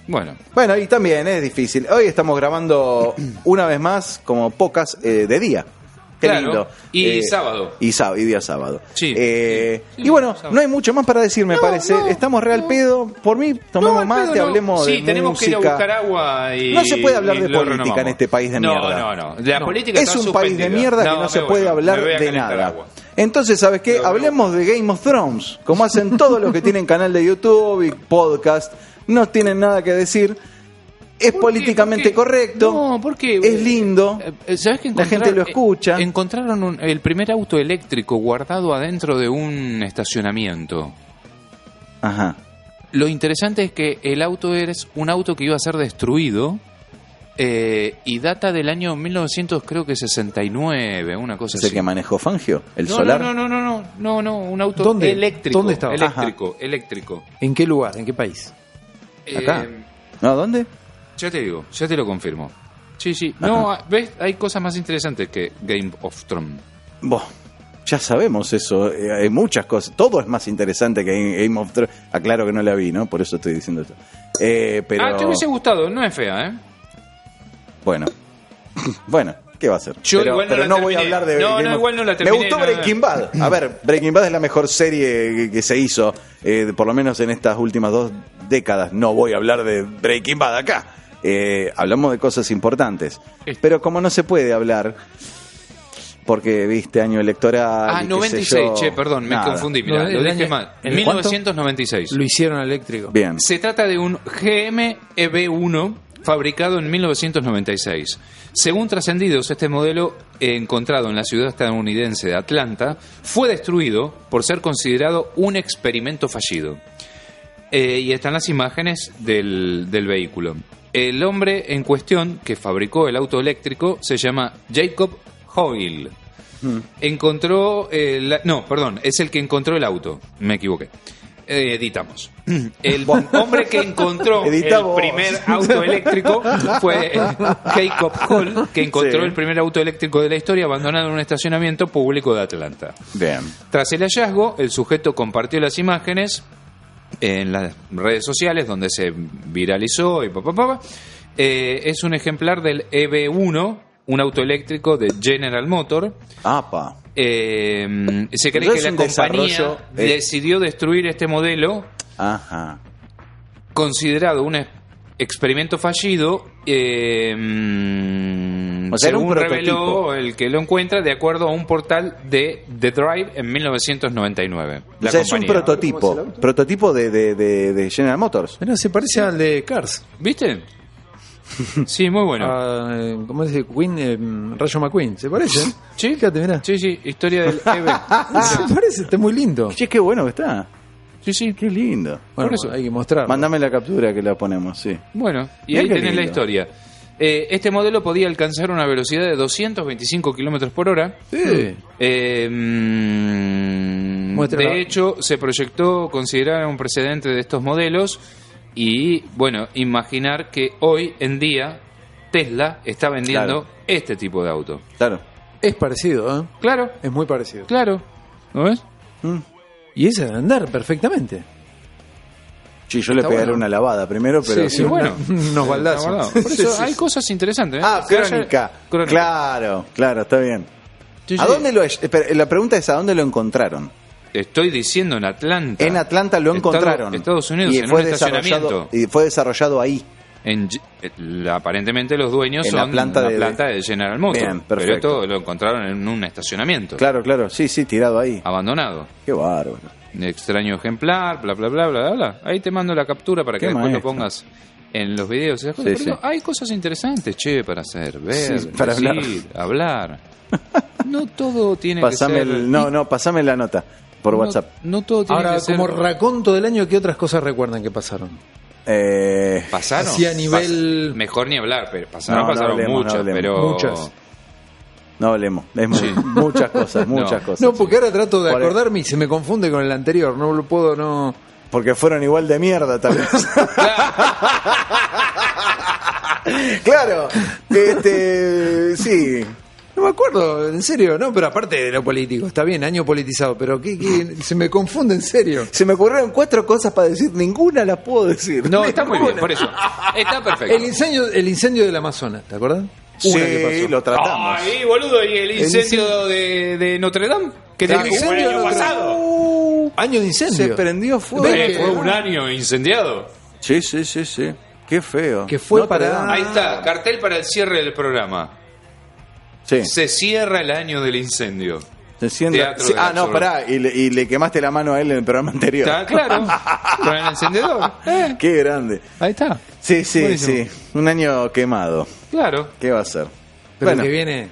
Bueno,
Bueno, y también es difícil. Hoy estamos grabando una vez más, como pocas, eh, de día. Qué
Claro,
lindo. Eh,
y sábado.
Y, sábado, y día sábado.
Sí,
Eh,
sí, sí,
y bueno,
sábado.
no hay mucho más para decir, me parece. Estamos real pedo. Por mí, tomemos
al
mate,
pedo no.
hablemos de
Sí, tenemos que ir a
música.
buscar agua y.
No se puede hablar
y
de
lo
política en este país de
no,
mierda.
No, no, La política
Es
está
un país de
suspendida.
mierda que no
me
se
voy,
puede
me
hablar
voy a
de
calentar
nada.
agua.
Entonces, ¿sabes qué?
Me voy a
Hablemos de Game of Thrones, como hacen todos los que tienen canal de YouTube y podcast. No tienen nada que decir. Es
¿Por qué?
políticamente
¿Por qué?
correcto.
No, ¿por qué? Eh,
Es lindo.
¿Sabes que
La
encontrar-
gente lo escucha.
eh, Encontraron un- el primer auto eléctrico guardado adentro de un estacionamiento.
Ajá.
Lo interesante es que el auto es un auto que iba a ser destruido eh, y data del año 1900, creo que 69, una cosa
Es el
así.
que manejó Fangio, el
no,
solar.
no, no, no, no, no, no, un auto
¿Dónde?
eléctrico.
¿Dónde estaba?
Eléctrico, eléctrico.
¿En qué lugar? ¿En qué país?
Acá.
Eh,
¿No? ¿Dónde?
ya te digo, ya te lo confirmo. Sí, sí.
Ajá.
No, ah, ves, hay cosas más interesantes que Game of Thrones.
Boh, ya sabemos eso. eh, hay muchas cosas. Todo es más interesante que Game- Game of Thrones. Aclaro que no la vi, ¿no? Por eso estoy diciendo esto. Eh, pero...
Ah, te hubiese gustado, no es fea, ¿eh?
Bueno. bueno, ¿qué va a ser?
Yo
pero
igual no
pero
la
no voy a
terminé.
hablar de
No,
Game
no,
of-
igual no la
Me
terminé,
gustó
no,
Breaking
no.
Bad. A ver, Breaking Bad es la mejor serie que, que se hizo, eh, por lo menos en estas últimas dos décadas. No voy a hablar de Breaking Bad acá. Eh, hablamos de cosas importantes. Pero como no se puede hablar, porque viste año electoral.
Ah,
y qué
96,
sé yo,
che, perdón, me
nada.
confundí, mirá,
No, el
lo dije
año-
mal.
¿el cuánto?
1996.
Lo hicieron eléctrico.
Bien.
Se trata de un GM EB1 fabricado en 1996. Según trascendidos, este modelo eh, encontrado en la ciudad estadounidense de Atlanta fue destruido por ser considerado un experimento fallido. Eh, y están las imágenes del, del vehículo. El hombre en cuestión que fabricó el auto eléctrico se llama Jacob Hoyle. Encontró. eh, la- no, perdón, es el que encontró el auto. Me equivoqué. Eh, editamos. El hombre que encontró
Edita
el
vos.
primer auto eléctrico fue eh, Jacob Hall, que encontró
Sí.
el primer auto eléctrico de la historia abandonado en un estacionamiento público de Atlanta.
Bien.
Tras el hallazgo, el sujeto compartió las imágenes en las redes sociales donde se viralizó y pa, pa, pa, pa. Eh, es un ejemplar del EB1, un auto eléctrico de General Motor.
Apa.
Eh, se cree
Pero
que
es
la
un
compañía
desarrollo, eh.
decidió destruir este modelo
Ajá.
considerado un e- experimento fallido. eh,
O sea, era un
según
prototipo.
reveló el que lo encuentra de acuerdo a un portal de The Drive en 1999.
O
La
sea, es un
compañía.
prototipo. Prototipo de, de, de, de General Motors.
Mirá, se parece al de Cars.
¿Viste? Sí, muy
Ah.
bueno.
A, eh, ¿Cómo se dice? Queen, eh, Rayo McQueen. ¿Se parece?
Sí.
Fíjate, mirá. Ah,
Sí, sí, historia del E EB.
Se parece, está muy lindo.
Che, qué bueno que está.
Sí, sí.
Qué lindo.
Bueno,
Por eso.
hay que mostrar.
Mándame la captura que la ponemos, sí.
Bueno, y
Mirá
ahí
qué
tenés
lindo.
la historia. Eh, este modelo podía alcanzar una velocidad de 225 kilómetros por hora.
Sí.
Eh, mm,
Muéstrala.
de hecho, se proyectó considerar un precedente de estos modelos y, bueno, imaginar que hoy en día Tesla está vendiendo
Claro.
este tipo de auto.
Claro.
Es parecido, ¿eh?
Claro,
Es muy parecido.
claro. ¿No ves?
Y es de andar perfectamente.
Sí, yo le
Está
pegaré
bueno.
una lavada primero, pero.
sí, bueno.
Unos
La
baldazos.
verdad, Por
Sí,
eso
sí,
hay
sí.
cosas interesantes. ¿eh?
Ah,
Que haya-
crónica.
Crónica.
Claro, claro, está bien.
Sí,
¿A
sí.
dónde lo espera, La pregunta es: ¿a dónde lo encontraron?
Estoy diciendo en Atlanta.
En Atlanta lo
Estado-
encontraron.
Estados Unidos,
y
en
fue
un
desarrollado,
estacionamiento.
y fue desarrollado ahí.
En G- eh, la- aparentemente los dueños
En la
son
planta
la
de-
planta de General Motors.
Bien,
pero
perfecto.
esto lo encontraron en un estacionamiento.
Claro, claro, sí, sí, tirado
Ah.
ahí.
Abandonado.
Qué bárbaro.
Extraño ejemplar, bla, bla, bla, bla, bla, bla. Ahí te mando la captura para que
Qué
después lo
maestro.
pongas en los videos. esas cosas.
Sí,
Por
sí.
eso Hay cosas interesantes, che, para hacer, ver,
Sí, para
decir, hablar. No todo tiene
Pasame
que ser...
el, no, no, pasame la nota por
no-
WhatsApp.
No, todo tiene
Ahora,
que ser...
como raconto del año, ¿qué otras cosas recuerdan que pasaron?
Eh,
Pasaron.
Así a nivel-
Pas- mejor ni hablar, pero pasaron,
No, no
pasaron
hablemos, no
muchas,
hablemos.
pero...
Muchas.
no hablemos. Es mu-
Sí.
Muchas cosas, muchas cosas.
No, porque ahora trato de
Por-
acordarme y se me confunde con el anterior. No lo puedo, no.
Porque fueron igual de mierda, tal vez. claro. Este, sí.
No me acuerdo, en serio, no, pero aparte de lo político, está bien, año politizado, pero ¿qué, qué? se me confunde en serio.
Se me ocurrieron cuatro cosas para decir, ninguna la puedo decir.
No, está muy bien, por eso. Está perfecto.
El incendio, el incendio del Amazonas, ¿te acuerdas? Una que
Sí,
pasó.
lo tratamos.
Ay, boludo, y el incendio de, de Notre Dame, que
El
te dijo el
incendio
año
de Notre
pasado.
Año de
Se
incendio.
prendió fuego.
Ve
Eh, fue un año incendiado.
Sí, sí, sí, sí. Qué feo.
Que fue
No te
para-
dan-
Ahí está, cartel para el cierre del programa.
Sí.
Se cierra el año del incendio.
Se sienta-
Teatro
sí,
del
Ah, no,
absurdo.
pará. Y le, y le quemaste la mano a él en el programa anterior.
¿Está claro? Con el encendedor. Eh,
Qué grande.
ahí está.
Sí, sí,
Buenísimo.
sí. Un año quemado.
Claro.
¿Qué va a ser?
Pero
bueno,
el que viene.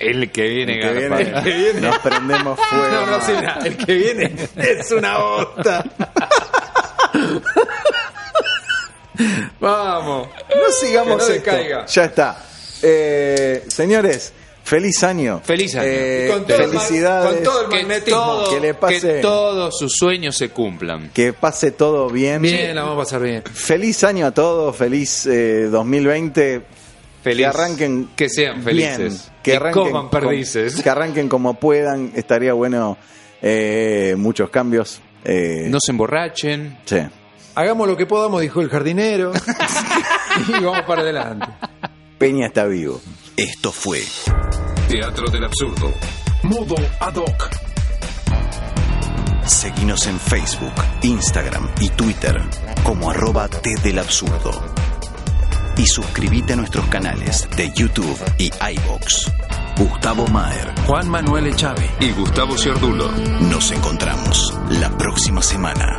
El que viene,
el que
garpa.
viene- nos prendemos fuego.
No, no, sí, na- el que viene es una bosta. Vamos.
No sigamos
Que no
esto.
decaiga.
Ya está. Eh, señores, feliz año.
Feliz año.
Eh,
Con todo el ma-
felicidades.
con todo el
Que,
magnetismo.
todo-
Que le pase.
que todos sus sueños se cumplan.
Que pase todo bien.
Bien, la vamos a pasar bien.
Feliz año a todos. Feliz eh, 2020.
Feliz.
Que arranquen.
Que sean felices.
bien, que
Que
arranquen.
coman perdices.
com- que arranquen como puedan. Estaría bueno eh, muchos cambios. Eh,
No se emborrachen.
sí.
Hagamos lo que podamos, dijo el jardinero. y vamos para adelante.
Peña está vivo.
Esto fue
Teatro del absurdo.
Modo Ad hoc.
Seguinos en Facebook, Instagram y Twitter como arroba T del Absurdo. Y suscríbete a nuestros canales de YouTube y iBox. Gustavo Maher,
Juan Manuel Echave.
Y Gustavo Ciordulo.
nos encontramos la próxima semana.